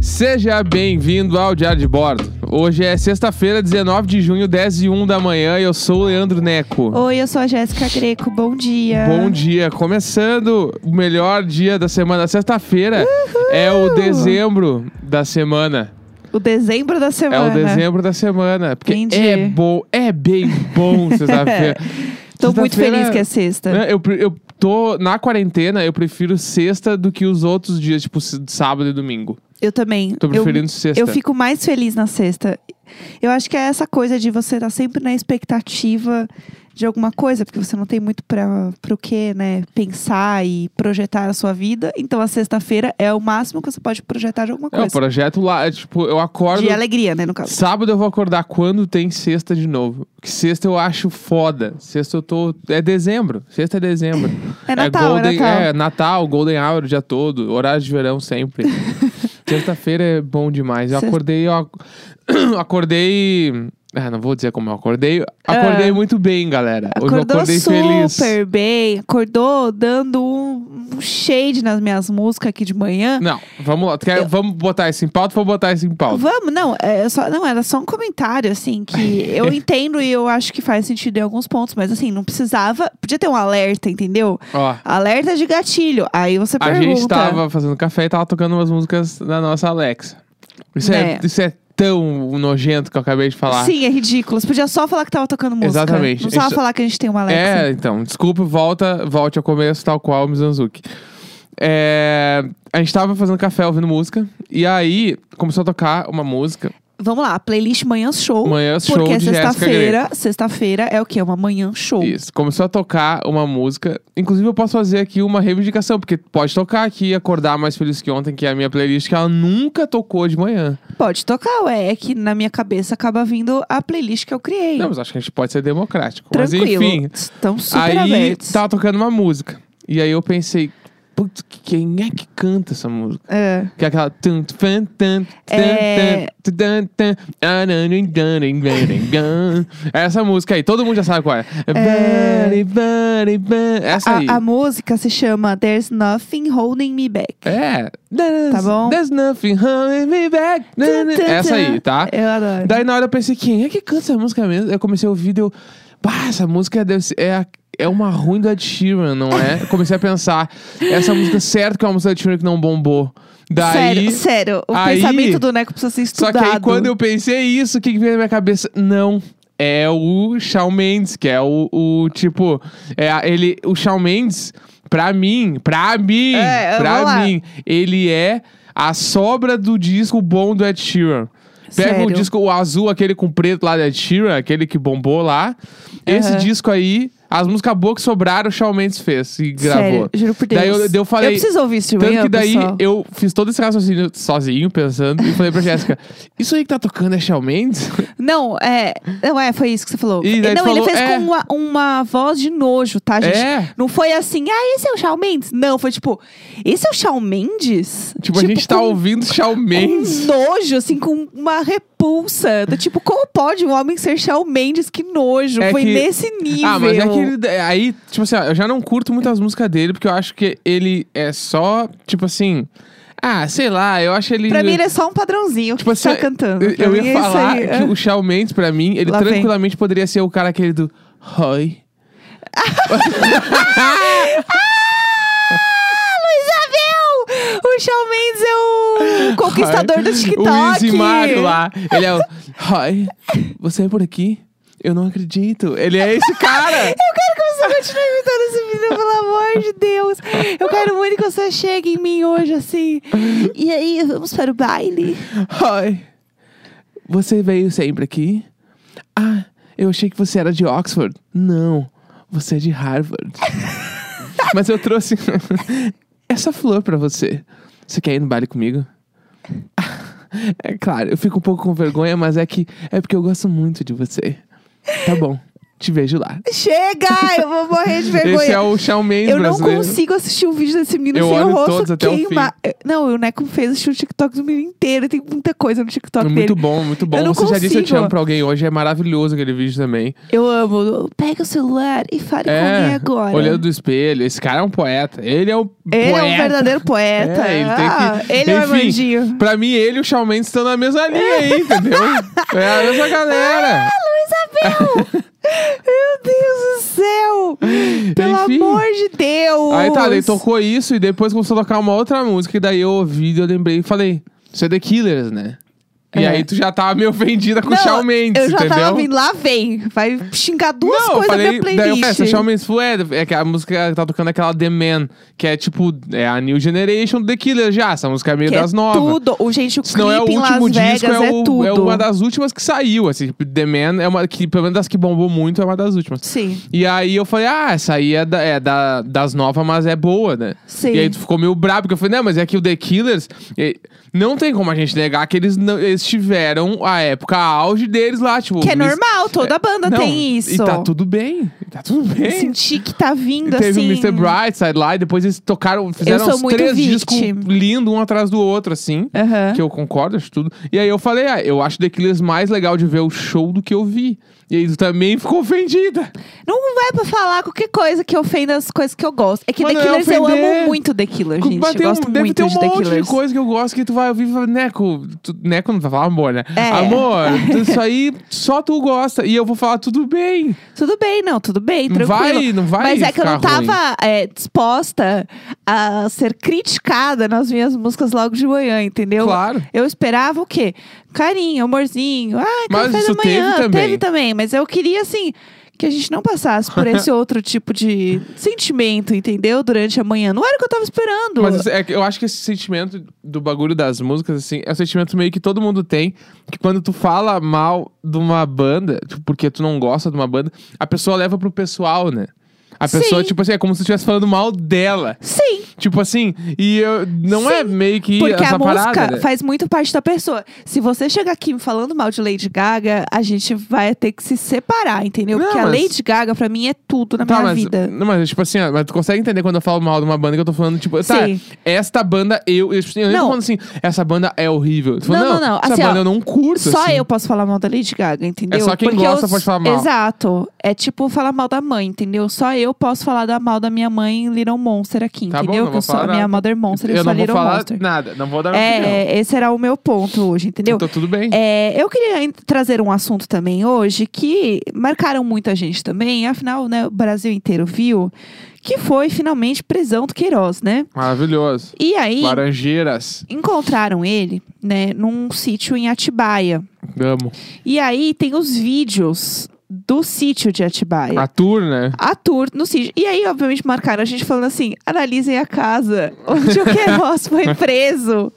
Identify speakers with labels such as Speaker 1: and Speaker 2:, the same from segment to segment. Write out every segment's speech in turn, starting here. Speaker 1: Seja bem-vindo ao Diário de Bordo. Hoje é sexta-feira, 19 de junho, 10 e 1 da manhã. E eu sou o Leandro Neco.
Speaker 2: Oi, eu sou a Jéssica Greco. Bom dia.
Speaker 1: Bom dia. Começando o melhor dia da semana. Sexta-feira é o dezembro da semana.
Speaker 2: O dezembro da
Speaker 1: É
Speaker 2: semana.
Speaker 1: o dezembro da semana. Porque
Speaker 2: Entendi. É.
Speaker 1: é bom, é bem bom sexta-feira.
Speaker 2: Tô muito
Speaker 1: Sexta-feira-
Speaker 2: feliz que é sexta.
Speaker 1: Né, Eu, pre- eu tô na quarentena, eu prefiro sexta do que os outros dias, tipo s- sábado e domingo.
Speaker 2: Eu também.
Speaker 1: Tô preferindo
Speaker 2: eu,
Speaker 1: sexta.
Speaker 2: eu fico mais feliz na sexta. Eu acho que é essa coisa de você estar sempre na expectativa de alguma coisa, porque você não tem muito para pro que, né, pensar e projetar a sua vida. Então a sexta-feira é o máximo que você pode projetar de alguma
Speaker 1: É, o
Speaker 2: coisa.
Speaker 1: projeto lá, é, tipo, eu acordo.
Speaker 2: de alegria, né, no caso.
Speaker 1: Sábado eu vou acordar quando tem sexta de novo. Que sexta eu acho foda. Sexta eu tô. É dezembro. Sexta é dezembro.
Speaker 2: É Natal, é,
Speaker 1: Golden,
Speaker 2: Natal.
Speaker 1: é, Natal, Golden Hour o dia todo, horário de verão sempre. Sexta-feira é bom demais. Eu
Speaker 2: Sexta-
Speaker 1: acordei, eu ac- acordei. Ah, não vou dizer como eu acordei. Acordei muito bem, galera. Hoje eu
Speaker 2: Ah. Acordou
Speaker 1: acordei
Speaker 2: super
Speaker 1: feliz.
Speaker 2: bem, acordou dando um, um shade nas minhas músicas aqui de manhã.
Speaker 1: Não, vamos lá. Tu quer- Vamos botar isso em pauta? Vamos botar isso em pauta.
Speaker 2: Vamos, não, é eu só, não, era só um comentário, assim, que eu entendo e eu acho que faz sentido em alguns pontos, mas assim, não precisava. Podia ter um alerta, entendeu?
Speaker 1: Ó,
Speaker 2: Alerta de gatilho. Aí você
Speaker 1: a
Speaker 2: pergunta.
Speaker 1: gente tava fazendo café e tava tocando umas músicas da nossa Alexa. Isso é,
Speaker 2: Né.
Speaker 1: isso é tão nojento que eu acabei de falar.
Speaker 2: Sim, é ridículo. Você podia só falar que tava tocando música.
Speaker 1: Exatamente.
Speaker 2: Não precisava
Speaker 1: Isso-
Speaker 2: falar que a gente tem um Alexa.
Speaker 1: É, então, desculpa, volta, volte ao começo, tal qual o Mizanzuki. É, a gente tava fazendo café ouvindo música, e aí começou a tocar uma música.
Speaker 2: Vamos lá, playlist Manhã Show.
Speaker 1: Manhã show
Speaker 2: Uh, porque é
Speaker 1: de Jéssica
Speaker 2: sexta-feira, sexta-feira é o quê? É Uma manhã show.
Speaker 1: Isso, começou a tocar uma música. Inclusive, eu posso fazer aqui uma reivindicação, porque pode tocar aqui Acordar Mais Feliz Que Ontem, que é a minha playlist, que ela nunca tocou de manhã.
Speaker 2: Pode tocar, ué. É que na minha cabeça acaba vindo a playlist que eu criei.
Speaker 1: Não, mas acho que a gente pode ser democrático.
Speaker 2: Tranquilo.
Speaker 1: Mas enfim,
Speaker 2: Estão super
Speaker 1: aí tá
Speaker 2: abertos.
Speaker 1: tava tocando uma música. E aí eu pensei, putz, quem é que canta essa música?
Speaker 2: É.
Speaker 1: Que é aquela. tum, tu, fan, tan, tu, tan,
Speaker 2: É.
Speaker 1: tan, tu, tan, tan, ah, nan, nan, nan, nan, nan, nan. Essa música aí, todo mundo já sabe qual é.
Speaker 2: É.
Speaker 1: Body, body, body. Essa aí.
Speaker 2: A, a música se chama There's Nothing Holding Me Back.
Speaker 1: É. There's-
Speaker 2: Tá bom?
Speaker 1: There's nothing holding me back. Nan, nan.
Speaker 2: Tum, tum,
Speaker 1: Essa aí,
Speaker 2: tum.
Speaker 1: tá?
Speaker 2: Eu adoro.
Speaker 1: Daí na hora eu pensei, quem é que canta essa música mesmo? Eu comecei a ouvir, deu. Bah, essa música deve ser- é, a- é uma ruim do Ed Sheeran, não é? comecei a pensar, essa música certo que é uma música do Ed Sheeran que não bombou. Daí.
Speaker 2: sério, sério. O
Speaker 1: aí-
Speaker 2: pensamento do Neco precisa ser
Speaker 1: Só
Speaker 2: estudado.
Speaker 1: que aí quando eu pensei isso, o que, que veio na minha cabeça? Não. É o Shawn Mendes, que é o, o tipo. É, a- ele, o Shawn Mendes, pra mim, pra mim,
Speaker 2: É,
Speaker 1: pra
Speaker 2: vamos lá.
Speaker 1: mim, ele é a sobra do disco bom do Ed Sheeran. Pega o
Speaker 2: Sério.
Speaker 1: disco o azul, aquele com preto lá do Ed Sheeran, aquele que bombou lá. Esse
Speaker 2: Aham.
Speaker 1: disco aí, as músicas boas que sobraram, o Shawn Mendes fez e gravou.
Speaker 2: Sério, juro por Deus.
Speaker 1: Daí eu- daí eu falei-
Speaker 2: preciso ouvir isso de
Speaker 1: Tanto
Speaker 2: manhã,
Speaker 1: que daí
Speaker 2: pessoal.
Speaker 1: eu fiz todo esse raciocínio sozinho, pensando, e falei pra Jéssica: Isso aí que tá tocando é Shawn Mendes?
Speaker 2: Não, é... Não, é, foi isso que você falou.
Speaker 1: E daí
Speaker 2: não,
Speaker 1: tu falou,
Speaker 2: ele fez
Speaker 1: é.
Speaker 2: com uma, uma voz de nojo, tá, gente?
Speaker 1: É.
Speaker 2: Não foi assim, ah, esse é o Shawn Mendes. Não, foi tipo, esse é o Shawn Mendes?
Speaker 1: Tipo, a gente tá
Speaker 2: com
Speaker 1: ouvindo Shawn Mendes.
Speaker 2: um nojo, assim, com uma repulsa. Do tipo, como pode um homem ser Shawn Mendes? Que nojo.
Speaker 1: É
Speaker 2: Foi
Speaker 1: que-
Speaker 2: nesse nível.
Speaker 1: Ah, mas é que ele, é, aí, tipo assim, ó, eu já não curto muito as músicas dele, porque eu acho que ele é só, tipo assim, ah, sei lá, eu acho ele
Speaker 2: Pra mim ele é só um padrãozinho que
Speaker 1: Tipo assim,
Speaker 2: tá cantando.
Speaker 1: Eu,
Speaker 2: Pra
Speaker 1: eu
Speaker 2: mim é
Speaker 1: ia
Speaker 2: isso
Speaker 1: falar
Speaker 2: aí.
Speaker 1: que o Shawn Mendes, pra mim, ele
Speaker 2: Lá vem.
Speaker 1: tranquilamente poderia ser o cara aquele do Roy.
Speaker 2: Luiz Abel! Ah, O Shawn Mendes é o conquistador do
Speaker 1: O
Speaker 2: TikTok.
Speaker 1: Easy Mario lá. Ele é o Roy, você é por aqui? Eu não acredito. Ele é esse cara.
Speaker 2: Eu quero que você continue imitando esse vídeo, pelo amor de Deus. Eu quero muito que você chegue em mim hoje, assim. E aí, vamos para o baile?
Speaker 1: Roy, você veio sempre aqui? Ah, eu achei que você era de Oxford. Não, você é de Harvard. Mas eu trouxe essa flor pra você. Você quer ir no baile comigo? Ah, É claro, eu fico um pouco com vergonha, mas é que é porque eu gosto muito de você. Tá bom. Te vejo lá.
Speaker 2: Chega! Eu vou morrer de vergonha.
Speaker 1: Esse é o Shawn Mendes
Speaker 2: Eu não
Speaker 1: brasileiro.
Speaker 2: consigo assistir o vídeo desse menino
Speaker 1: Eu
Speaker 2: sem o
Speaker 1: olho
Speaker 2: rosto
Speaker 1: todos até o
Speaker 2: queima- Não, o Neco fez assistir o TikTok do menino inteiro. e Tem muita coisa no
Speaker 1: É
Speaker 2: TikTok
Speaker 1: Muito
Speaker 2: dele.
Speaker 1: bom, muito bom.
Speaker 2: Eu não
Speaker 1: Você já disse eu te
Speaker 2: consigo.
Speaker 1: amo pra alguém hoje. É maravilhoso aquele vídeo também.
Speaker 2: Eu amo. Pega o celular e fale com
Speaker 1: é,
Speaker 2: alguém agora.
Speaker 1: olhando do espelho. Esse cara é um poeta. Ele é um
Speaker 2: Ele
Speaker 1: poeta.
Speaker 2: é um verdadeiro poeta.
Speaker 1: É, ele tem
Speaker 2: Ah,
Speaker 1: que-
Speaker 2: ele é o
Speaker 1: Enfim.
Speaker 2: Armandinho.
Speaker 1: Pra mim, ele e o Shawn Mendes estão na mesma linha aí, entendeu? É a mesma galera.
Speaker 2: Ah, Luiz Abel! Meu Deus do céu! Pelo
Speaker 1: Enfim.
Speaker 2: amor de Deus!
Speaker 1: Aí tá, ele tocou isso e depois começou a tocar uma outra música. E daí eu ouvi, eu lembrei e falei: Isso é The Killers, né? E
Speaker 2: É.
Speaker 1: aí tu já tava meio ofendida com
Speaker 2: Não,
Speaker 1: o Shawn Mendes,
Speaker 2: Eu já
Speaker 1: entendeu?
Speaker 2: tava vindo, lá vem. Vai xingar duas
Speaker 1: não, eu
Speaker 2: coisas
Speaker 1: falei,
Speaker 2: na minha
Speaker 1: Daí eu
Speaker 2: playlist.
Speaker 1: falei, essa Shawn Mendes Flu é, é que a música que tá tocando é aquela The Man, que é tipo, é a New Generation do The Killers já. Essa música é meio
Speaker 2: que
Speaker 1: das
Speaker 2: é
Speaker 1: novas.
Speaker 2: tudo. O, gente, o
Speaker 1: Se não
Speaker 2: clipe
Speaker 1: é o
Speaker 2: em Las
Speaker 1: último
Speaker 2: Vegas
Speaker 1: disco, é, o-
Speaker 2: tudo.
Speaker 1: é uma das últimas que saiu. Assim, The Man é uma que, pelo menos das que bombou muito, é uma das últimas.
Speaker 2: Sim.
Speaker 1: E aí eu falei, ah, essa aí é, da- é da- das novas, mas é boa, né?
Speaker 2: Sim.
Speaker 1: E aí tu ficou meio brabo, porque eu falei, não, mas é que o The Killers, eh, não tem como a gente negar que eles, não- eles tiveram a época auge deles lá, tipo...
Speaker 2: Que é
Speaker 1: eles-
Speaker 2: normal, toda banda
Speaker 1: Não,
Speaker 2: tem isso.
Speaker 1: E tá tudo bem, tá tudo bem.
Speaker 2: Sentir que tá vindo
Speaker 1: Teve o
Speaker 2: assim.
Speaker 1: Mr. Brightside lá, e depois eles tocaram, fizeram
Speaker 2: sou
Speaker 1: uns
Speaker 2: muito
Speaker 1: três discos
Speaker 2: victim.
Speaker 1: lindos um atrás do outro, assim.
Speaker 2: Aham.
Speaker 1: Que eu concordo, acho tudo. E aí eu falei, ah, eu acho The Killers mais legal de ver o show do que eu vi. E aí tu também ficou ofendida.
Speaker 2: Não vai pra falar qualquer coisa que ofenda as coisas que eu gosto. É que
Speaker 1: Mas
Speaker 2: The
Speaker 1: não é
Speaker 2: Killers, eu
Speaker 1: ofender.
Speaker 2: amo muito The Killers, gente.
Speaker 1: Mas
Speaker 2: Eu
Speaker 1: tem um-
Speaker 2: gosto
Speaker 1: deve
Speaker 2: muito
Speaker 1: ter um
Speaker 2: de The
Speaker 1: monte
Speaker 2: Killers.
Speaker 1: de coisa que eu gosto que tu vai ouvir e fala, Neco, tu- Neco não vai falar amor, né?
Speaker 2: É.
Speaker 1: Amor, tu- isso aí só tu gosta. E eu vou falar, tudo bem.
Speaker 2: Tudo bem, não, tudo bem,
Speaker 1: Não
Speaker 2: tranquilo.
Speaker 1: vai- não vai
Speaker 2: Mas é que eu não
Speaker 1: ficar ruim.
Speaker 2: tava é, disposta a ser criticada nas minhas músicas logo de manhã, entendeu?
Speaker 1: Claro.
Speaker 2: Eu esperava o quê? Carinho, amorzinho, ah,
Speaker 1: Mas
Speaker 2: café
Speaker 1: isso
Speaker 2: da manhã.
Speaker 1: teve também.
Speaker 2: mas eu queria, assim, que a gente não passasse por esse outro tipo de sentimento, entendeu? Durante a manhã. Não era o que eu tava esperando.
Speaker 1: Mas isso é que eu acho que esse sentimento do bagulho das músicas, assim, é um sentimento meio que todo mundo tem. Que quando tu fala mal de uma banda, tipo, porque tu não gosta de uma banda, a pessoa leva pro pessoal, né? A
Speaker 2: Sim.
Speaker 1: pessoa, tipo assim, é como se tu estivesse falando mal dela.
Speaker 2: Sim,
Speaker 1: Tipo assim, e eu, não é meio que
Speaker 2: Porque
Speaker 1: essa
Speaker 2: a música
Speaker 1: parada. né?
Speaker 2: faz muito parte da pessoa. Se você chegar aqui falando mal de Lady Gaga, a gente vai ter que se separar, entendeu?
Speaker 1: Não,
Speaker 2: Porque a
Speaker 1: mas- Tá,
Speaker 2: Lady Gaga, pra mim, é tudo na minha
Speaker 1: mas,
Speaker 2: vida.
Speaker 1: Não, mas tipo assim, ó, mas tu consegue entender quando eu falo mal de uma banda que eu tô falando, tipo, tá,
Speaker 2: Sim.
Speaker 1: esta banda eu. Eu, tipo, eu nem
Speaker 2: Não.
Speaker 1: tô falando assim, essa banda é horrível. Eu tô falando,
Speaker 2: Não, não, não,
Speaker 1: Essa
Speaker 2: assim, ó,
Speaker 1: banda eu não curto.
Speaker 2: Só
Speaker 1: assim.
Speaker 2: eu posso falar mal da Lady Gaga, entendeu?
Speaker 1: É só quem
Speaker 2: Porque
Speaker 1: gosta
Speaker 2: eu-
Speaker 1: pode falar mal.
Speaker 2: Exato. É tipo falar mal da mãe, entendeu? Só eu posso falar da mal da minha mãe em Little Monster aqui,
Speaker 1: Tá bom, não
Speaker 2: entendeu? que
Speaker 1: vou
Speaker 2: eu sou a
Speaker 1: falar
Speaker 2: minha
Speaker 1: nada.
Speaker 2: Mother Monster, eu,
Speaker 1: Eu
Speaker 2: sou a
Speaker 1: não vou
Speaker 2: Little
Speaker 1: falar
Speaker 2: um Monster.
Speaker 1: nada, não vou dar minha opinião.
Speaker 2: É, esse era o meu ponto hoje, entendeu?
Speaker 1: Então tudo bem.
Speaker 2: É, eu queria en- trazer um assunto também hoje que marcaram muita gente também, afinal, né, o Brasil inteiro viu, que foi finalmente prisão do Queiroz, né?
Speaker 1: Maravilhoso.
Speaker 2: E aí
Speaker 1: Laranjeiras.
Speaker 2: encontraram ele, né, num sítio em Atibaia.
Speaker 1: Amo.
Speaker 2: E aí tem os vídeos do sítio de Atibaia.
Speaker 1: A tour, né?
Speaker 2: A tour no sítio. E aí, obviamente, marcaram a gente falando assim: analisem a casa onde o Queiroz foi preso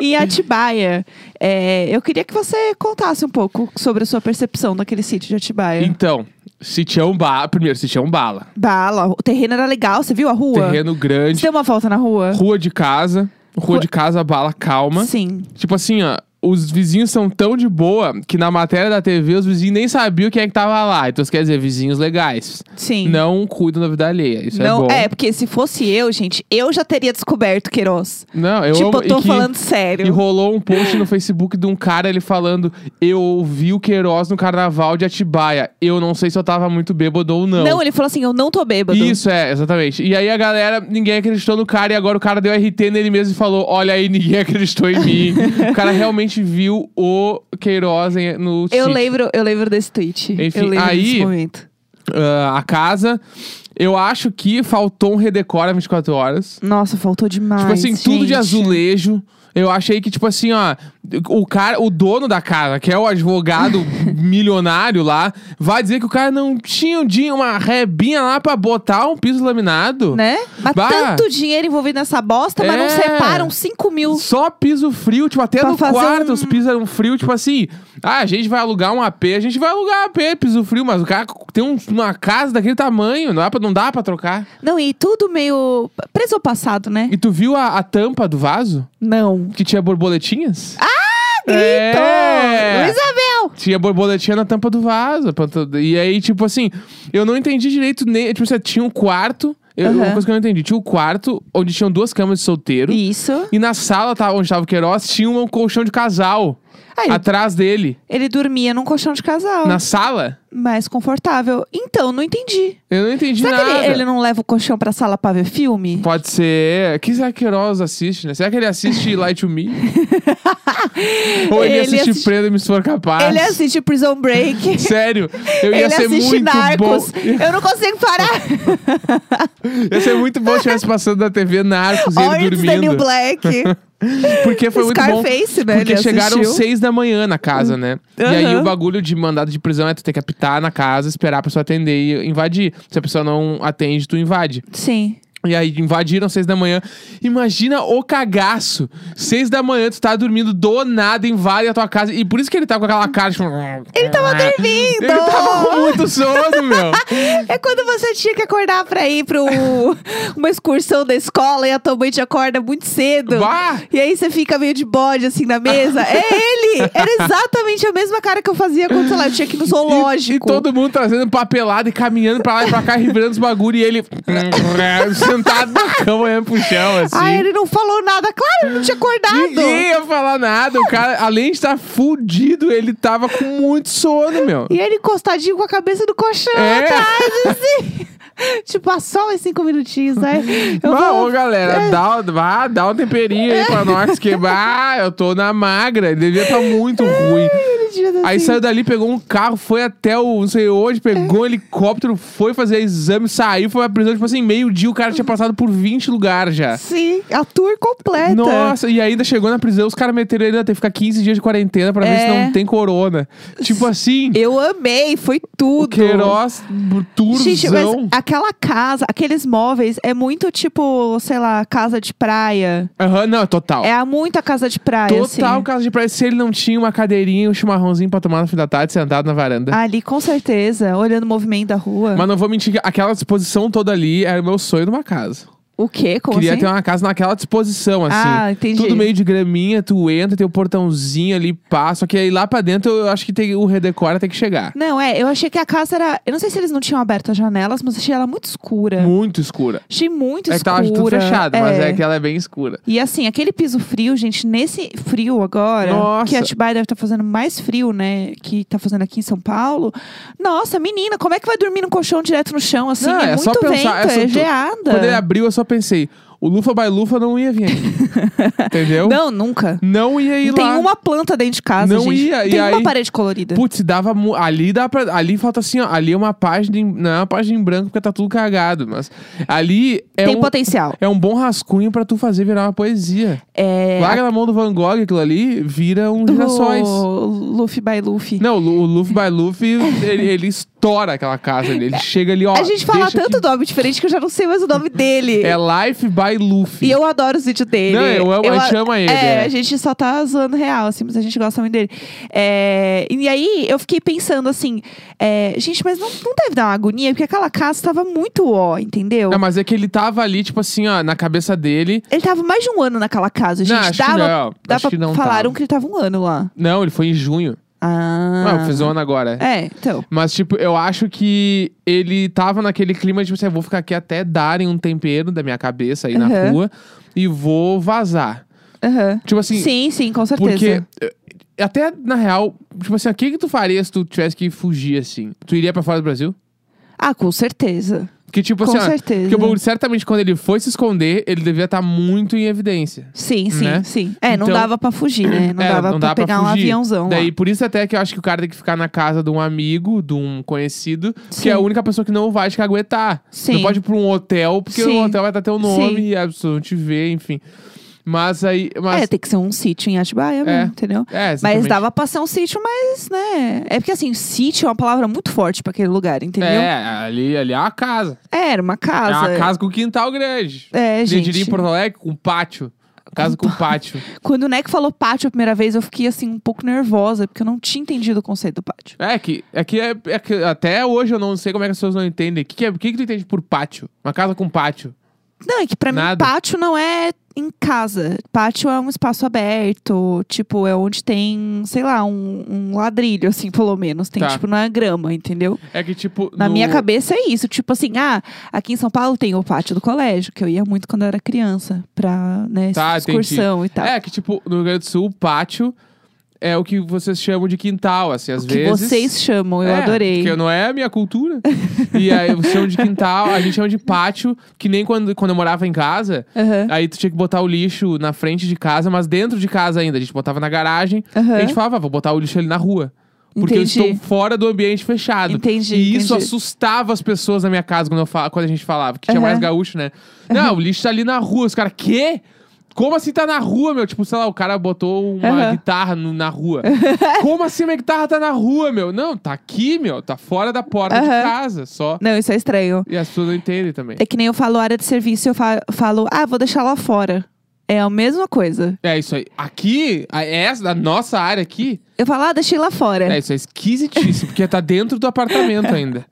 Speaker 2: em Atibaia. É, eu queria que você contasse um pouco sobre a sua percepção daquele sítio de Atibaia.
Speaker 1: Então, Sitião Bala. Primeiro, Sitião Bala.
Speaker 2: Bala, o terreno era legal, você viu a rua?
Speaker 1: Terreno
Speaker 2: Você
Speaker 1: grande,
Speaker 2: deu uma volta na rua?
Speaker 1: rua de casa. Rua
Speaker 2: Rua-
Speaker 1: de casa, bala calma.
Speaker 2: Sim.
Speaker 1: Tipo assim, ó. Os vizinhos são tão de boa que na matéria da TV os vizinhos nem sabiam quem é que tava lá. Então, isso quer dizer, vizinhos legais.
Speaker 2: Sim.
Speaker 1: Não cuidam da vida alheia. Isso é
Speaker 2: Não,
Speaker 1: bom.
Speaker 2: é, porque se fosse eu, gente, eu já teria descoberto Queiroz.
Speaker 1: Não, eu
Speaker 2: tipo,
Speaker 1: amo-
Speaker 2: eu tô
Speaker 1: e que-
Speaker 2: falando
Speaker 1: E
Speaker 2: sério.
Speaker 1: rolou um post no Facebook de um cara, ele falando: Eu ouvi o Queiroz no carnaval de Atibaia. Eu não sei se eu tava muito bêbado ou não.
Speaker 2: ele falou assim: eu não tô bêbado.
Speaker 1: Isso, é, exatamente. E aí a galera, ninguém acreditou no cara, e agora o cara deu RT nele mesmo e falou: Olha aí, ninguém acreditou em mim. o cara realmente viu o Queiroz em- no
Speaker 2: Eu
Speaker 1: sítio.
Speaker 2: lembro, eu lembro desse tweet.
Speaker 1: Enfim,
Speaker 2: eu lembro
Speaker 1: aí-
Speaker 2: desse momento.
Speaker 1: Ah, a casa. Eu acho que faltou um redecor a 24 horas.
Speaker 2: Nossa, faltou demais.
Speaker 1: Tipo assim, tudo de
Speaker 2: gente.
Speaker 1: azulejo. Eu achei que, tipo assim, ó, o cara, o dono da casa, que é o advogado milionário lá, vai dizer que o cara não tinha um dia uma rebinha lá pra botar um piso laminado.
Speaker 2: Né? Mas
Speaker 1: Bah.
Speaker 2: tanto dinheiro envolvido nessa bosta, mas não
Speaker 1: É.
Speaker 2: separam 5 mil.
Speaker 1: Só piso frio, tipo, até
Speaker 2: Pra
Speaker 1: no
Speaker 2: fazer
Speaker 1: quarto
Speaker 2: um-
Speaker 1: os pisos eram frio, tipo assim, ah, a gente vai alugar um AP, a gente vai alugar AP, piso frio, mas o cara tem um- uma casa daquele tamanho, não, é pra, não dá pra trocar.
Speaker 2: Não, e tudo meio. Preso ao passado, né?
Speaker 1: E tu viu a- a tampa do vaso?
Speaker 2: Não.
Speaker 1: Que tinha borboletinhas? Ah,
Speaker 2: Grito!
Speaker 1: É.
Speaker 2: Isabel, Não!
Speaker 1: Tinha borboletinha na tampa do vaso. planta- E aí, tipo assim, eu não entendi direito nem. Tipo, assim, tinha um quarto. Eu, Uma
Speaker 2: Aham.
Speaker 1: coisa que eu não entendi. Tinha um quarto onde tinham duas camas de solteiro. E,
Speaker 2: Isso.
Speaker 1: na sala tá, onde tava o Queiroz tinha um colchão de casal.
Speaker 2: Aí,
Speaker 1: Atrás dele.
Speaker 2: ele dormia num colchão de casal.
Speaker 1: Na sala.
Speaker 2: Mais confortável. Então, não entendi.
Speaker 1: Eu não entendi
Speaker 2: Será
Speaker 1: nada.
Speaker 2: que ele, ele não leva o colchão pra sala pra ver filme?
Speaker 1: Pode ser. O que será que Queiroz assiste, né? Será que ele assiste Light to Me? Ou ele,
Speaker 2: Ele
Speaker 1: assiste,
Speaker 2: assiste-
Speaker 1: Prenda-me se for capaz?
Speaker 2: Ele assiste Prison Break.
Speaker 1: Sério, eu ia
Speaker 2: ele
Speaker 1: ser
Speaker 2: assiste
Speaker 1: muito
Speaker 2: Narcos.
Speaker 1: bom.
Speaker 2: Eu não consigo parar.
Speaker 1: Ia ser muito bom se estivesse passando na TV Narcos e ele
Speaker 2: Orange is the
Speaker 1: dormindo.
Speaker 2: New Black.
Speaker 1: Porque foi muito bom.
Speaker 2: Scarface, né?
Speaker 1: Porque
Speaker 2: ele
Speaker 1: chegaram
Speaker 2: assistiu.
Speaker 1: seis da manhã na casa, né? E aí
Speaker 2: Aham.
Speaker 1: o bagulho de mandado de prisão é tu ter que apitar na casa, esperar a pessoa atender e invadir. Se a pessoa não atende, tu invade.
Speaker 2: Sim.
Speaker 1: E aí invadiram seis da manhã. Imagina o cagaço. Seis da manhã, tu tá dormindo do nada, invade a tua casa. E por isso que ele tá com aquela cara tipo... Ele tava
Speaker 2: dormindo!
Speaker 1: Ele tava com muito sono, meu.
Speaker 2: É quando você tinha que acordar pra ir pra um- uma excursão da escola e a tua mãe te acorda muito cedo.
Speaker 1: Bah!
Speaker 2: E aí você fica meio de bode, assim, na mesa. é ele! Era exatamente a mesma cara que eu fazia quando, sei lá, eu tinha que ir no zoológico.
Speaker 1: E, e todo mundo trazendo papelada e caminhando pra lá e pra cá, revirando os bagulho e ele sentado na cama olhando pro chão, assim.
Speaker 2: Ah, ele não falou nada. Claro, ele não tinha acordado.
Speaker 1: Ninguém ia falar nada. O cara, além de estar fudido, ele tava com muito sono, meu.
Speaker 2: E ele encostadinho com a cabeça do colchão
Speaker 1: É.
Speaker 2: atrás, assim. tipo, ah, só mais cinco minutinhos, né? Eu
Speaker 1: Bah,
Speaker 2: vou-
Speaker 1: Ô, galera, dá, o- vá, dá um temperinho aí pra nós, que bah, eu tô na magra, ele devia tá muito ruim.
Speaker 2: Ele devia tá
Speaker 1: Aí
Speaker 2: assim.
Speaker 1: saiu dali, pegou um carro, foi até o não sei onde, pegou um helicóptero, foi fazer exame, saiu, foi pra prisão, tipo assim, meio dia o cara tinha passado por 20 lugares já.
Speaker 2: Sim, a tour completa.
Speaker 1: Nossa, e ainda chegou na prisão, os caras meteram ele a ter que ficar 15 dias de quarentena pra ver se
Speaker 2: É.
Speaker 1: não tem corona. Tipo assim,
Speaker 2: Eu amei, foi tudo.
Speaker 1: o Queiroz, turzão.
Speaker 2: Gente, mas aquela casa, aqueles móveis, é muito tipo, sei lá, casa de praia.
Speaker 1: Aham, não, total.
Speaker 2: É muita casa de praia,
Speaker 1: total
Speaker 2: assim.
Speaker 1: caso de praia. Se ele não tinha uma cadeirinha e um chimarrãozinho pra tomar no fim da tarde, sentado na varanda.
Speaker 2: Ali, com certeza, olhando o movimento da rua.
Speaker 1: Mas não vou mentir, que aquela disposição toda ali era o meu sonho de uma casa.
Speaker 2: O quê? Como
Speaker 1: Queria
Speaker 2: assim?
Speaker 1: ter uma casa naquela disposição, assim.
Speaker 2: Ah, entendi.
Speaker 1: Tudo meio de graminha, tu entra, tem o portãozinho ali, passa. Só que aí lá pra dentro eu acho que tem, o redecora tem que chegar.
Speaker 2: Não, é, eu achei que a casa era... Eu não sei se eles não tinham aberto as janelas, mas achei ela muito escura.
Speaker 1: Muito escura.
Speaker 2: Achei muito
Speaker 1: É que tava
Speaker 2: escura.
Speaker 1: tudo fechado, mas é que ela é bem escura.
Speaker 2: E assim, aquele piso frio, gente, nesse frio agora,
Speaker 1: Nossa.
Speaker 2: que Atibaia deve estar fazendo mais frio, né? Que tá fazendo aqui em São Paulo. Nossa, menina, como é que vai dormir no colchão direto no chão, assim?
Speaker 1: Não,
Speaker 2: é,
Speaker 1: é
Speaker 2: muito
Speaker 1: só pensar-
Speaker 2: vento,
Speaker 1: é só
Speaker 2: é
Speaker 1: tu-
Speaker 2: geada.
Speaker 1: Quando ele abriu, eu só pensei, o Lufa by Lufa não ia vir aqui. Entendeu?
Speaker 2: Não, nunca.
Speaker 1: Não ia ir
Speaker 2: Tem
Speaker 1: lá.
Speaker 2: uma planta dentro de casa,
Speaker 1: Não
Speaker 2: gente.
Speaker 1: ia, e
Speaker 2: Tem uma
Speaker 1: aí-
Speaker 2: parede colorida.
Speaker 1: Putz, dava mu- ali dá pra, ali falta assim, ó, ali é uma página, em- não é uma página em branco porque tá tudo cagado, mas ali é
Speaker 2: Tem
Speaker 1: um
Speaker 2: potencial.
Speaker 1: é um bom rascunho pra tu fazer virar uma poesia.
Speaker 2: É...
Speaker 1: Larga na mão do Van Gogh aquilo ali, vira um girassóis.
Speaker 2: Do Luffy by Luffy.
Speaker 1: Não, o Lu- o Luffy by Luffy, ele, ele estoura aquela casa ali, ele chega ali, ó.
Speaker 2: É, A gente fala
Speaker 1: deixa
Speaker 2: tanto
Speaker 1: aqui.
Speaker 2: nome diferente que eu já não sei mais o nome dele.
Speaker 1: É Life by Luffy.
Speaker 2: E eu adoro os vídeos dele.
Speaker 1: Não, eu amo- a gente
Speaker 2: a-
Speaker 1: ama ele,
Speaker 2: É,
Speaker 1: é.
Speaker 2: a gente só tá zoando real, assim, mas a gente gosta muito dele. É, e aí eu fiquei pensando assim, é, gente, mas não, não deve dar uma agonia, porque aquela casa tava muito ó, entendeu?
Speaker 1: Não, mas é que ele tava ali, tipo assim, ó, na cabeça dele.
Speaker 2: Ele tava mais de um ano naquela casa, gente.
Speaker 1: não, acho
Speaker 2: dava,
Speaker 1: que não.
Speaker 2: dava
Speaker 1: acho que não
Speaker 2: falaram
Speaker 1: tava.
Speaker 2: que ele tava um ano lá.
Speaker 1: Não, ele foi em junho.
Speaker 2: Ah.
Speaker 1: Ah, eu fiz um ano agora.
Speaker 2: É, então.
Speaker 1: Mas, tipo, eu acho que ele tava naquele clima de, tipo assim, eu vou ficar aqui até darem um tempero da minha cabeça aí na
Speaker 2: Aham.
Speaker 1: rua e vou vazar.
Speaker 2: aham.
Speaker 1: Tipo assim,
Speaker 2: sim, sim, com certeza.
Speaker 1: porque. eh, Até na real, tipo assim, o que, que tu faria se tu tivesse que fugir assim? Tu iria pra fora do Brasil?
Speaker 2: Ah, com certeza.
Speaker 1: Porque, tipo
Speaker 2: Com
Speaker 1: assim, ó,
Speaker 2: certeza.
Speaker 1: porque o bagulho, certamente quando ele foi se esconder, ele devia estar muito em evidência.
Speaker 2: Sim, sim,
Speaker 1: Né?
Speaker 2: sim. É, não
Speaker 1: Então-
Speaker 2: dava pra fugir, né? Não
Speaker 1: É,
Speaker 2: dava
Speaker 1: não
Speaker 2: pra
Speaker 1: dá pra
Speaker 2: pegar um
Speaker 1: fugir.
Speaker 2: aviãozão. lá.
Speaker 1: Daí, por isso até que eu acho que o cara tem que ficar na casa de um amigo, de um conhecido, que é a
Speaker 2: Sim.
Speaker 1: única pessoa que não vai te aguentar.
Speaker 2: Sim.
Speaker 1: Não pode ir pra um hotel, porque
Speaker 2: Sim.
Speaker 1: o hotel vai estar teu nome
Speaker 2: Sim.
Speaker 1: e a pessoa não te vê, enfim. Mas aí. Mas,
Speaker 2: É, tem que ser um sítio em Atibaia mesmo,
Speaker 1: É.
Speaker 2: entendeu?
Speaker 1: é,
Speaker 2: Mas
Speaker 1: exatamente.
Speaker 2: dava pra ser um sítio, mas, né? É porque assim, sítio é uma palavra muito forte pra aquele lugar, entendeu?
Speaker 1: É, ali, ali é uma casa.
Speaker 2: É, Era uma casa.
Speaker 1: É uma casa com quintal grande.
Speaker 2: É,
Speaker 1: Eu
Speaker 2: gente.
Speaker 1: diria em Porto Alegre, com pátio. Casa com pátio.
Speaker 2: Quando o Neco falou pátio a primeira vez, eu fiquei assim um pouco nervosa, porque eu não tinha entendido o conceito do pátio.
Speaker 1: É que, é que, é, é que até hoje eu não sei como é que as pessoas não entendem. O que, que, é- o que, que tu entende por pátio? Uma casa com pátio.
Speaker 2: Não, é que pra
Speaker 1: Nada.
Speaker 2: mim pátio não é em casa. Pátio é um espaço aberto, tipo, é onde tem, sei lá, um, um ladrilho, assim, pelo menos. Tem,
Speaker 1: Tá.
Speaker 2: tipo, não é grama, entendeu?
Speaker 1: É que, tipo.
Speaker 2: Na
Speaker 1: no-
Speaker 2: minha cabeça é isso. Tipo assim, ah, aqui em São Paulo tem o pátio do colégio, que eu ia muito quando eu era criança, pra, né,
Speaker 1: Tá, entendi.
Speaker 2: excursão e tal.
Speaker 1: É que, tipo, no Rio Grande do Sul, o pátio é o que vocês chamam de quintal, assim, às
Speaker 2: que
Speaker 1: vezes.
Speaker 2: vocês chamam, eu
Speaker 1: É,
Speaker 2: adorei.
Speaker 1: Porque não é a minha cultura. e aí vocês chamam de quintal, a gente chama de pátio, que nem quando, quando eu morava em casa.
Speaker 2: Aham,
Speaker 1: Aí tu tinha que botar o lixo na frente de casa, mas dentro de casa ainda. A gente botava na garagem. E a
Speaker 2: aham.
Speaker 1: gente falava, "Ah, vou botar o lixo ali na rua. Porque
Speaker 2: Entendi.
Speaker 1: eu estou fora do ambiente fechado.
Speaker 2: Entendi,
Speaker 1: E isso
Speaker 2: entendi.
Speaker 1: assustava as pessoas na minha casa quando, eu fa- quando a gente falava. Que tinha
Speaker 2: Aham.
Speaker 1: mais gaúcho, né? Não, o lixo tá ali na rua. Os caras, quê? Como assim tá na rua, meu? Tipo, sei lá, o cara botou uma
Speaker 2: Aham.
Speaker 1: guitarra no- na rua. Como assim minha guitarra tá na rua, meu? Não, tá aqui, meu. Tá fora da porta de
Speaker 2: Aham.
Speaker 1: casa, só.
Speaker 2: Não, isso é estranho.
Speaker 1: E as pessoas não entendem também.
Speaker 2: É que nem eu falo área de serviço, eu fa- falo, ah, vou deixar lá fora. É a mesma coisa.
Speaker 1: É isso aí. Aqui, a- é essa, da nossa área aqui,
Speaker 2: Eu falo, ah, deixei lá fora.
Speaker 1: É, isso é esquisitíssimo, porque tá dentro do apartamento ainda.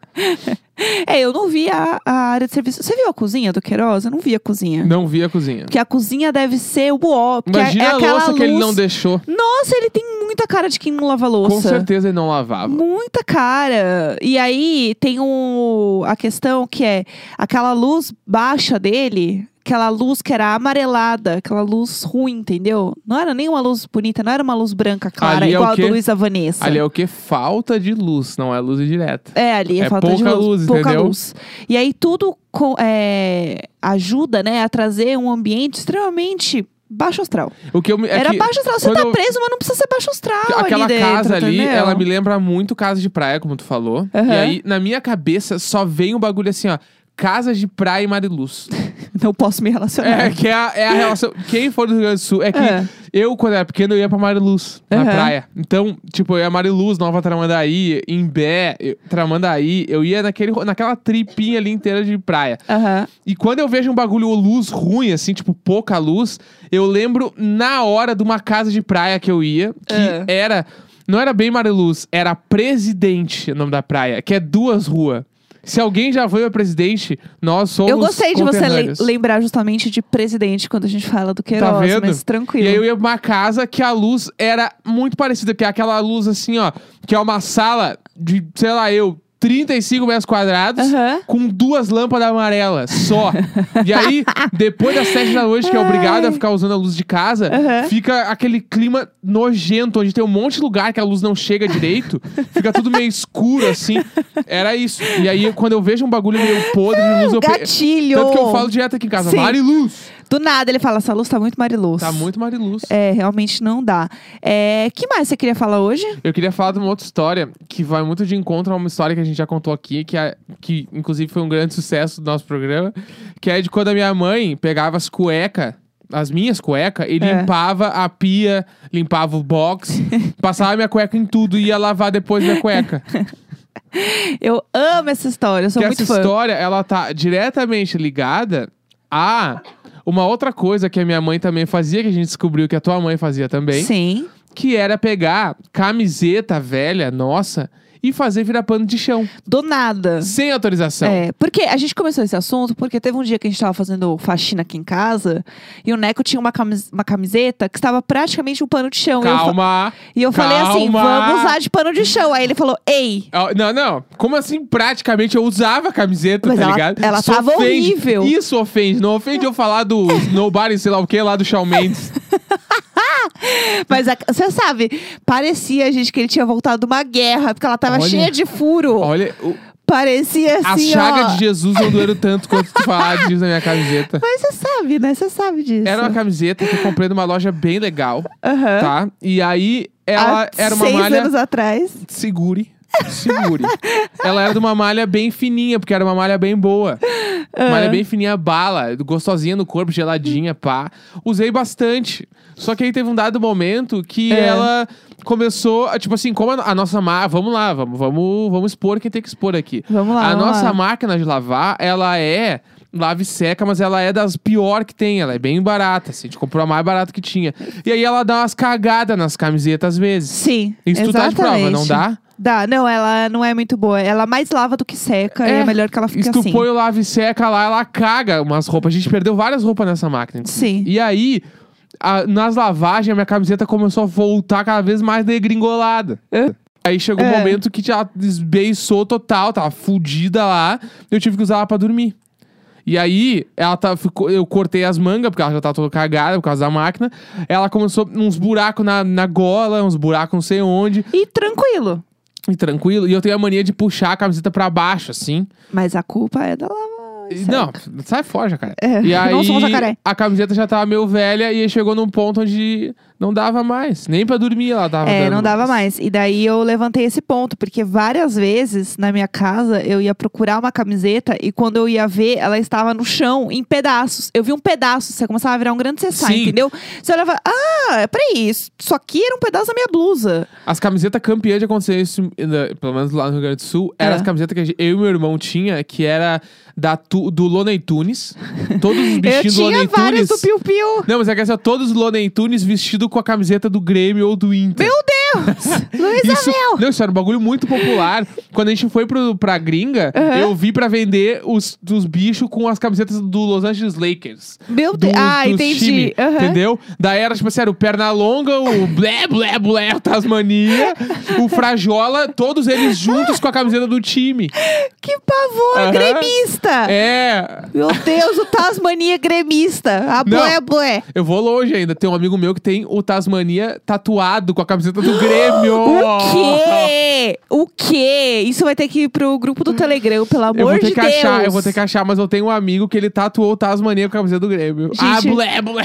Speaker 2: É, eu não vi a, a área de serviço. Você viu a cozinha do Queiroz? Eu não vi a cozinha.
Speaker 1: Não vi a cozinha.
Speaker 2: Porque a cozinha deve ser o ó. porque
Speaker 1: Imagina
Speaker 2: é
Speaker 1: a
Speaker 2: aquela
Speaker 1: louça que ele
Speaker 2: luz-
Speaker 1: não deixou.
Speaker 2: Nossa, ele tem muita cara de quem não lava louça.
Speaker 1: Com certeza ele não lavava.
Speaker 2: Muita cara. E aí tem o, a questão que é aquela luz baixa dele, aquela luz que era amarelada, aquela luz ruim, entendeu? Não era nem uma luz bonita, não era uma luz branca clara,
Speaker 1: Ali é o
Speaker 2: igual a
Speaker 1: quê?
Speaker 2: do Luiz Vanessa.
Speaker 1: Ali é o que? Falta de luz, não é luz direta.
Speaker 2: É, ali é,
Speaker 1: É
Speaker 2: falta de
Speaker 1: pouca
Speaker 2: luz,
Speaker 1: luz,
Speaker 2: pouca
Speaker 1: entendeu?
Speaker 2: luz. E aí tudo co- é, ajuda, né, a trazer um ambiente extremamente baixo astral.
Speaker 1: O que eu me- é
Speaker 2: Era
Speaker 1: que
Speaker 2: baixo astral. Você
Speaker 1: quando
Speaker 2: tá
Speaker 1: eu-
Speaker 2: preso, mas não precisa ser baixo astral
Speaker 1: Aquela
Speaker 2: ali dentro,
Speaker 1: casa ali,
Speaker 2: entendeu?
Speaker 1: ela me lembra muito casa de praia, como tu falou.
Speaker 2: Aham.
Speaker 1: E aí, na minha cabeça, só vem um bagulho assim, ó. Casa de praia e Mariluz.
Speaker 2: Não posso me relacionar.
Speaker 1: É, que é a, é a relação. Quem for do Rio Grande do Sul é que
Speaker 2: É.
Speaker 1: eu, quando era pequeno, eu ia pra Mariluz, na
Speaker 2: Aham.
Speaker 1: praia. Então, tipo, eu ia Mariluz, Nova Tramandaí, Imbé, eu- Tramandaí. Eu ia naquele, ro- naquela tripinha ali inteira de praia.
Speaker 2: Aham.
Speaker 1: E quando eu vejo um bagulho ou luz ruim, assim, tipo, pouca luz, eu lembro na hora de uma casa de praia que eu ia, que
Speaker 2: É.
Speaker 1: era. Não era bem Mariluz, era Presidente o nome da praia, que é duas ruas. Se alguém já foi a presidente, nós somos.
Speaker 2: Eu gostei de você le-
Speaker 1: conterrâneos. Tá
Speaker 2: lembrar justamente de presidente quando a gente fala do Queiroz,
Speaker 1: vendo?
Speaker 2: mas tranquilo.
Speaker 1: E aí eu ia pra uma casa que a luz era muito parecida, que é aquela luz assim, ó, que é uma sala de, sei lá, eu, 35 metros quadrados.
Speaker 2: Aham.
Speaker 1: Com duas lâmpadas amarelas só. e aí, depois das sete da noite, que é obrigado a ficar usando a luz de casa,
Speaker 2: Aham.
Speaker 1: fica aquele clima nojento, onde tem um monte de lugar que a luz não chega direito, fica tudo meio escuro assim. Era isso. E aí, quando eu vejo um bagulho meio podre de luz, eu pe-
Speaker 2: Gatilho!
Speaker 1: Tanto que eu falo direto aqui em casa,
Speaker 2: Sim.
Speaker 1: Mariluz.
Speaker 2: Do nada ele fala, essa luz tá muito mariluz.
Speaker 1: Tá muito Mariluz.
Speaker 2: É, realmente não dá. É, que mais você queria falar hoje?
Speaker 1: Eu queria falar de uma outra história que vai muito de encontro a uma história que a gente já contou aqui, que, é- que inclusive foi um grande sucesso do nosso programa, que é de quando a minha mãe pegava as cuecas, as minhas cuecas, e
Speaker 2: É.
Speaker 1: limpava a pia, limpava o box, passava minha cueca em tudo e ia lavar depois minha cueca.
Speaker 2: Eu amo essa história, eu sou
Speaker 1: que
Speaker 2: muito
Speaker 1: essa
Speaker 2: fã.
Speaker 1: história, ela tá diretamente ligada a uma outra coisa que a minha mãe também fazia, que a gente descobriu que a tua mãe fazia também.
Speaker 2: Sim.
Speaker 1: que era pegar camiseta velha nossa e fazer virar pano de chão,
Speaker 2: Do nada.
Speaker 1: sem autorização.
Speaker 2: É, porque a gente começou esse assunto porque teve um dia que a gente tava fazendo faxina aqui em casa e o Neco tinha uma, camis- uma camiseta que estava praticamente um pano de chão. E eu fa-
Speaker 1: Calma.
Speaker 2: E eu falei assim,
Speaker 1: Calma.
Speaker 2: vamos usar de pano de chão. Aí ele falou, ei.
Speaker 1: Ah, Não, não. Como assim, praticamente, eu usava a camiseta,
Speaker 2: Mas
Speaker 1: tá
Speaker 2: ela-
Speaker 1: ligado?
Speaker 2: ela
Speaker 1: Isso
Speaker 2: tava
Speaker 1: ofende.
Speaker 2: horrível.
Speaker 1: Isso ofende. Não ofende eu falar do Nobody, sei lá o que, lá do Shawn Mendes.
Speaker 2: Mas a- você sabe, parecia, gente, que ele tinha voltado de uma guerra, porque ela tava
Speaker 1: Olha.
Speaker 2: cheia de furo.
Speaker 1: Olha, o-
Speaker 2: Parecia
Speaker 1: a
Speaker 2: assim,
Speaker 1: chaga
Speaker 2: ó.
Speaker 1: de Jesus não doeram tanto quanto tu falar disso na minha camiseta.
Speaker 2: Mas você sabe, né? Você sabe disso.
Speaker 1: Era uma camiseta que eu comprei numa loja bem legal,
Speaker 2: Aham.
Speaker 1: tá? E aí, ela
Speaker 2: Há
Speaker 1: era uma
Speaker 2: seis
Speaker 1: malha...
Speaker 2: anos atrás.
Speaker 1: Segure. Segure. ela era de uma malha bem fininha, porque era uma malha bem boa.
Speaker 2: Ah.
Speaker 1: Malha bem fininha, bala, gostosinha no corpo, geladinha, pá. Usei bastante. Só que aí teve um dado momento que
Speaker 2: É.
Speaker 1: ela começou, a, tipo assim, como a, a nossa marca. Vamos lá, vamos, vamos, vamos expor quem tem que expor aqui.
Speaker 2: Vamos lá,
Speaker 1: a
Speaker 2: vamos
Speaker 1: nossa
Speaker 2: lá.
Speaker 1: máquina de lavar, ela é. Lave e seca, mas ela é das pior que tem. Ela é bem barata, assim. A gente comprou a mais barata que tinha. E aí ela dá umas cagadas nas camisetas às vezes.
Speaker 2: Sim.
Speaker 1: Isso tu tá de prova, não
Speaker 2: exatamente.
Speaker 1: dá?
Speaker 2: Dá, não, ela não é muito boa. Ela mais lava do que seca e é melhor que ela fique
Speaker 1: Isso tu
Speaker 2: assim.
Speaker 1: põe o lave e seca lá, ela caga umas roupas. A gente perdeu várias roupas nessa máquina.
Speaker 2: Sim.
Speaker 1: E aí, a- nas lavagens, a minha camiseta começou a voltar cada vez mais degringolada.
Speaker 2: Hã?
Speaker 1: Aí chegou um
Speaker 2: É.
Speaker 1: momento que já desbeiçou total, tava fudida lá. Eu tive que usar ela pra dormir. E aí, ela tá, ficou, eu cortei as mangas, porque ela já tá toda cagada por causa da máquina. Ela começou uns buracos na, na gola, uns buracos não sei onde.
Speaker 2: E tranquilo.
Speaker 1: E tranquilo. E eu tenho a mania de puxar a camiseta pra baixo, assim.
Speaker 2: Mas a culpa é da lava.
Speaker 1: E-
Speaker 2: seca.
Speaker 1: Não, sai fora, jacaré.
Speaker 2: É,
Speaker 1: E
Speaker 2: não
Speaker 1: aí,
Speaker 2: sou um jacaré.
Speaker 1: a camiseta já tava meio velha e chegou num ponto onde não dava mais. Nem pra dormir ela tava
Speaker 2: É,
Speaker 1: dando
Speaker 2: não dava mais. E daí eu levantei esse ponto, porque várias vezes na minha casa eu ia procurar uma camiseta e quando eu ia ver, ela estava no chão, em pedaços. Eu vi um pedaço, você começava a virar um grande cessar,
Speaker 1: Sim.
Speaker 2: entendeu? Você olhava, ah, peraí, isso isso aqui era um pedaço da minha blusa.
Speaker 1: As camisetas campeãs de acontecer isso, eh, pelo menos lá no Rio Grande do Sul, eram
Speaker 2: É.
Speaker 1: as camisetas que a gente- eu e meu irmão tinha, que era da tu- do Loney Tunes. Todos os
Speaker 2: Eu
Speaker 1: bichinhos do
Speaker 2: tinha
Speaker 1: Loney
Speaker 2: várias
Speaker 1: Tunes.
Speaker 2: do Piu Piu.
Speaker 1: Não, mas é que assim, ó, todos os Loney Tunes vestidos com a camiseta do Grêmio ou do Inter.
Speaker 2: Meu Deus! Luiz
Speaker 1: Isso,
Speaker 2: Abel!
Speaker 1: não, isso era um bagulho muito popular. Quando a gente foi pro, pra gringa,
Speaker 2: Aham.
Speaker 1: eu vi pra vender os, os bichos com as camisetas do Los Angeles Lakers.
Speaker 2: Meu
Speaker 1: Dos,
Speaker 2: Deus! Ah,
Speaker 1: dos
Speaker 2: entendi.
Speaker 1: time,
Speaker 2: Aham.
Speaker 1: Entendeu? Daí era, tipo assim, era o Pernalonga, o Blé, Blé, Blé, Tasmania, o Frajola, todos eles juntos com a camiseta do time.
Speaker 2: Que pavor,
Speaker 1: Aham.
Speaker 2: gremista!
Speaker 1: É.
Speaker 2: Meu Deus, o Tasmania é gremista. A é bué, bué.
Speaker 1: Eu vou longe ainda. Tem um amigo meu que tem o Tasmania tatuado com a camiseta do Grêmio.
Speaker 2: O quê? O quê? Isso vai ter que ir pro grupo do Telegram, pelo amor
Speaker 1: Eu vou ter
Speaker 2: de
Speaker 1: que
Speaker 2: Deus.
Speaker 1: achar, eu vou ter que achar, mas eu tenho um amigo que ele tatuou o Tasmania com a camiseta do Grêmio.
Speaker 2: Gente.
Speaker 1: Ah, blé, blé.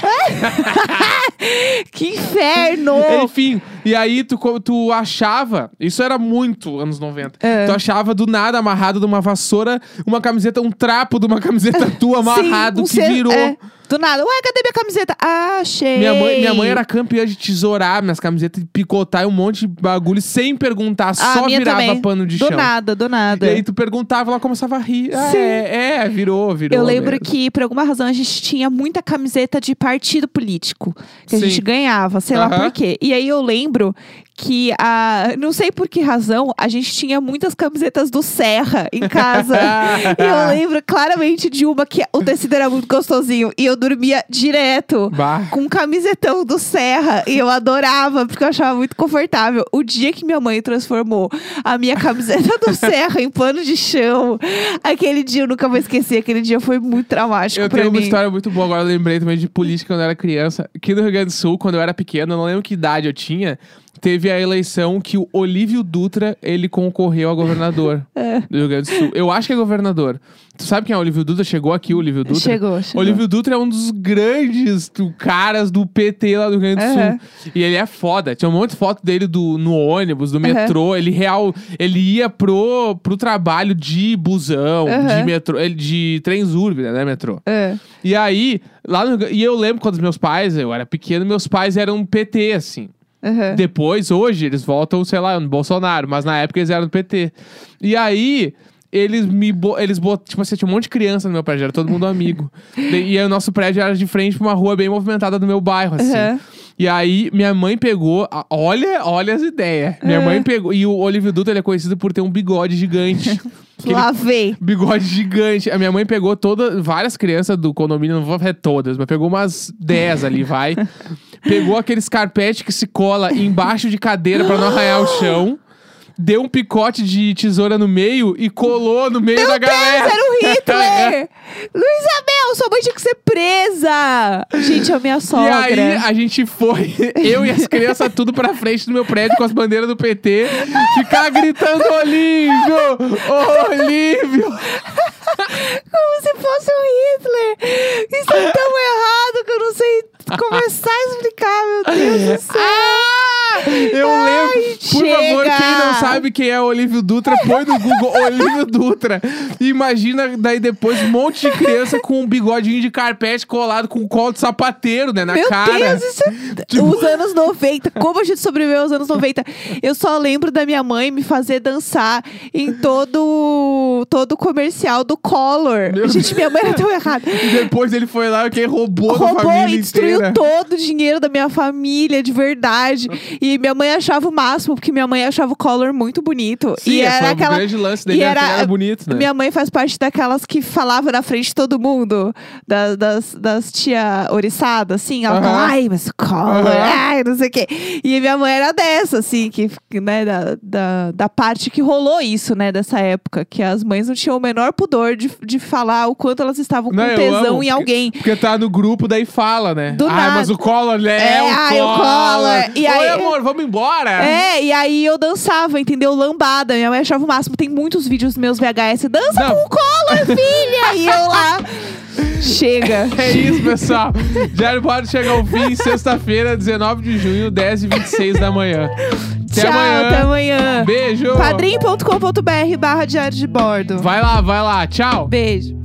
Speaker 2: Que inferno!
Speaker 1: Enfim, e aí tu, co- tu achava, isso era muito anos 90,
Speaker 2: É.
Speaker 1: tu achava do nada amarrado de uma vassoura, uma camiseta, um trapo de uma camiseta tua amarrado
Speaker 2: Sim, um
Speaker 1: que
Speaker 2: ser-
Speaker 1: virou.
Speaker 2: é, do nada. Ué, cadê minha camiseta? Ah, achei.
Speaker 1: Minha mãe, minha mãe era campeã de tesourar minhas camisetas e picotar um monte de bagulho sem perguntar,
Speaker 2: ah,
Speaker 1: só
Speaker 2: minha
Speaker 1: virava
Speaker 2: também.
Speaker 1: pano de
Speaker 2: do
Speaker 1: chão.
Speaker 2: nada, do
Speaker 1: E
Speaker 2: nada.
Speaker 1: aí tu perguntava, ela começava a rir. Ah,
Speaker 2: Sim.
Speaker 1: é, é, virou, virou. né?
Speaker 2: Eu lembro
Speaker 1: mesmo.
Speaker 2: que, por alguma razão, a gente tinha muita camiseta de partido político.
Speaker 1: Sim.
Speaker 2: Que a gente ganhava, sei lá
Speaker 1: Aham.
Speaker 2: por quê. E aí eu lembro que, a, não sei por que razão, a gente tinha muitas camisetas do Serra em casa. e eu lembro claramente de uma que o tecido era muito gostosinho. E eu dormia direto.
Speaker 1: Bah.
Speaker 2: Com um camisetão do Serra. E eu adorava, porque eu achava muito confortável. O dia que minha mãe transformou a minha camiseta do Serra em pano de chão, aquele dia eu nunca vou esquecer. Aquele dia foi muito traumático
Speaker 1: Eu
Speaker 2: pra
Speaker 1: tenho uma
Speaker 2: mim.
Speaker 1: história muito boa, agora eu lembrei também de política quando eu era criança. Aqui no Rio Grande do Sul, quando eu era pequeno, eu não lembro que idade eu tinha, teve a eleição que o Olívio Dutra, ele concorreu a governador
Speaker 2: É.
Speaker 1: do Rio Grande do Sul. Eu acho que é governador. Tu sabe quem é o Olívio Dutra? Chegou aqui o Olívio Dutra?
Speaker 2: Chegou, chegou.
Speaker 1: Olívio Dutra é um dos grandes tu, caras do PT lá do Rio Grande do
Speaker 2: Aham.
Speaker 1: Sul. E ele é foda. Tinha um monte de foto dele do, no ônibus, do metrô. Ele real, ele ia pro, pro trabalho de busão,
Speaker 2: Aham.
Speaker 1: de metrô, ele- de trens urbe, né? não é metrô.
Speaker 2: É.
Speaker 1: E aí, lá no, e eu lembro quando os meus pais, eu era pequeno, meus pais eram PT, assim.
Speaker 2: Aham.
Speaker 1: Depois, hoje, eles voltam, sei lá, no Bolsonaro, mas na época eles eram do PT. E aí, eles me bo- eles botaram, tipo assim, tinha um monte de criança no meu prédio, era todo mundo amigo. De- e aí o nosso prédio era de frente pra uma rua bem movimentada do meu bairro, assim.
Speaker 2: Aham.
Speaker 1: E aí, minha mãe pegou. a- Olha, olha as ideias. Minha mãe pegou. E o Olívio Dutra, ele é conhecido por ter um bigode gigante. Que ele
Speaker 2: Lavei.
Speaker 1: Bigode gigante. A minha mãe pegou toda, várias crianças do condomínio, não vou ver todas, mas pegou umas 10 ali, vai. Pegou aqueles carpete que se cola embaixo de cadeira pra não arranhar o chão. Deu um picote de tesoura no meio e colou no meio da galera. É.
Speaker 2: Era o Hitler! Luiz Abel, sua mãe tinha que ser presa! Gente, é a minha
Speaker 1: E
Speaker 2: sogra.
Speaker 1: aí a gente foi, eu e as crianças tudo pra frente do meu prédio com as bandeiras do PT, ficar gritando Olívio! Olívio!
Speaker 2: Como se fosse o Hitler! Isso é tão errado que eu não sei começar a explicar, meu Deus do céu!
Speaker 1: Ah, Eu
Speaker 2: Ai,
Speaker 1: lembro. Por favor,
Speaker 2: chega!
Speaker 1: quem não sabe quem é Olívio Dutra, põe no Google Olívio Dutra. E imagina daí depois um monte de criança com um bigodinho de carpete colado com um colo de sapateiro, né? Na
Speaker 2: Meu
Speaker 1: cara.
Speaker 2: Deus, isso é... os anos 90. Como a gente sobreviveu aos anos 90? Eu só lembro da minha mãe me fazer dançar em todo todo o comercial do Collor.
Speaker 1: Meu
Speaker 2: gente, minha mãe era tão errada.
Speaker 1: E depois ele foi lá e quem roubou, da
Speaker 2: roubou
Speaker 1: família
Speaker 2: e destruiu
Speaker 1: inteira.
Speaker 2: todo o dinheiro da minha família, de verdade. E minha mãe achava o máximo, porque minha mãe achava o Collor muito muito bonito.
Speaker 1: Sim,
Speaker 2: e
Speaker 1: esse
Speaker 2: era
Speaker 1: foi
Speaker 2: aquela.
Speaker 1: o grande lance dele.
Speaker 2: e
Speaker 1: Era...
Speaker 2: era-
Speaker 1: Era bonito, né?
Speaker 2: Minha mãe faz parte daquelas que falava na frente de todo mundo, da- das, das tia oriçada, assim. Ela
Speaker 1: Aham.
Speaker 2: falava, ai, mas cola,
Speaker 1: Aham.
Speaker 2: ai, não sei o quê. E minha mãe era dessa, assim, que, que, né, da, da, da parte que rolou isso, né, dessa época. Que as mães não tinham o menor pudor de, de falar o quanto elas estavam
Speaker 1: Não,
Speaker 2: com
Speaker 1: eu
Speaker 2: tesão
Speaker 1: amo,
Speaker 2: em alguém.
Speaker 1: Porque tá no grupo, daí fala, né?
Speaker 2: Do
Speaker 1: ah,
Speaker 2: nada.
Speaker 1: mas o Collor né?
Speaker 2: É,
Speaker 1: o
Speaker 2: ai, o
Speaker 1: Collor.
Speaker 2: Collor. E
Speaker 1: Oi,
Speaker 2: aí-
Speaker 1: amor, vamos embora?
Speaker 2: É, e aí eu dançava, entendeu? Lambada. Minha mãe achava o máximo. Tem muitos vídeos meus VHS. Dança
Speaker 1: Não.
Speaker 2: com o Collor, filha! e eu lá. Chega.
Speaker 1: É isso, pessoal. Diário Bordo chega ao fim, sexta-feira, 19 de junho, 10h26 da manhã. Até
Speaker 2: Tchau,
Speaker 1: amanhã.
Speaker 2: até amanhã.
Speaker 1: Beijo.
Speaker 2: Padrim.com.br barra diário de bordo.
Speaker 1: Vai lá, vai lá. Tchau.
Speaker 2: Beijo.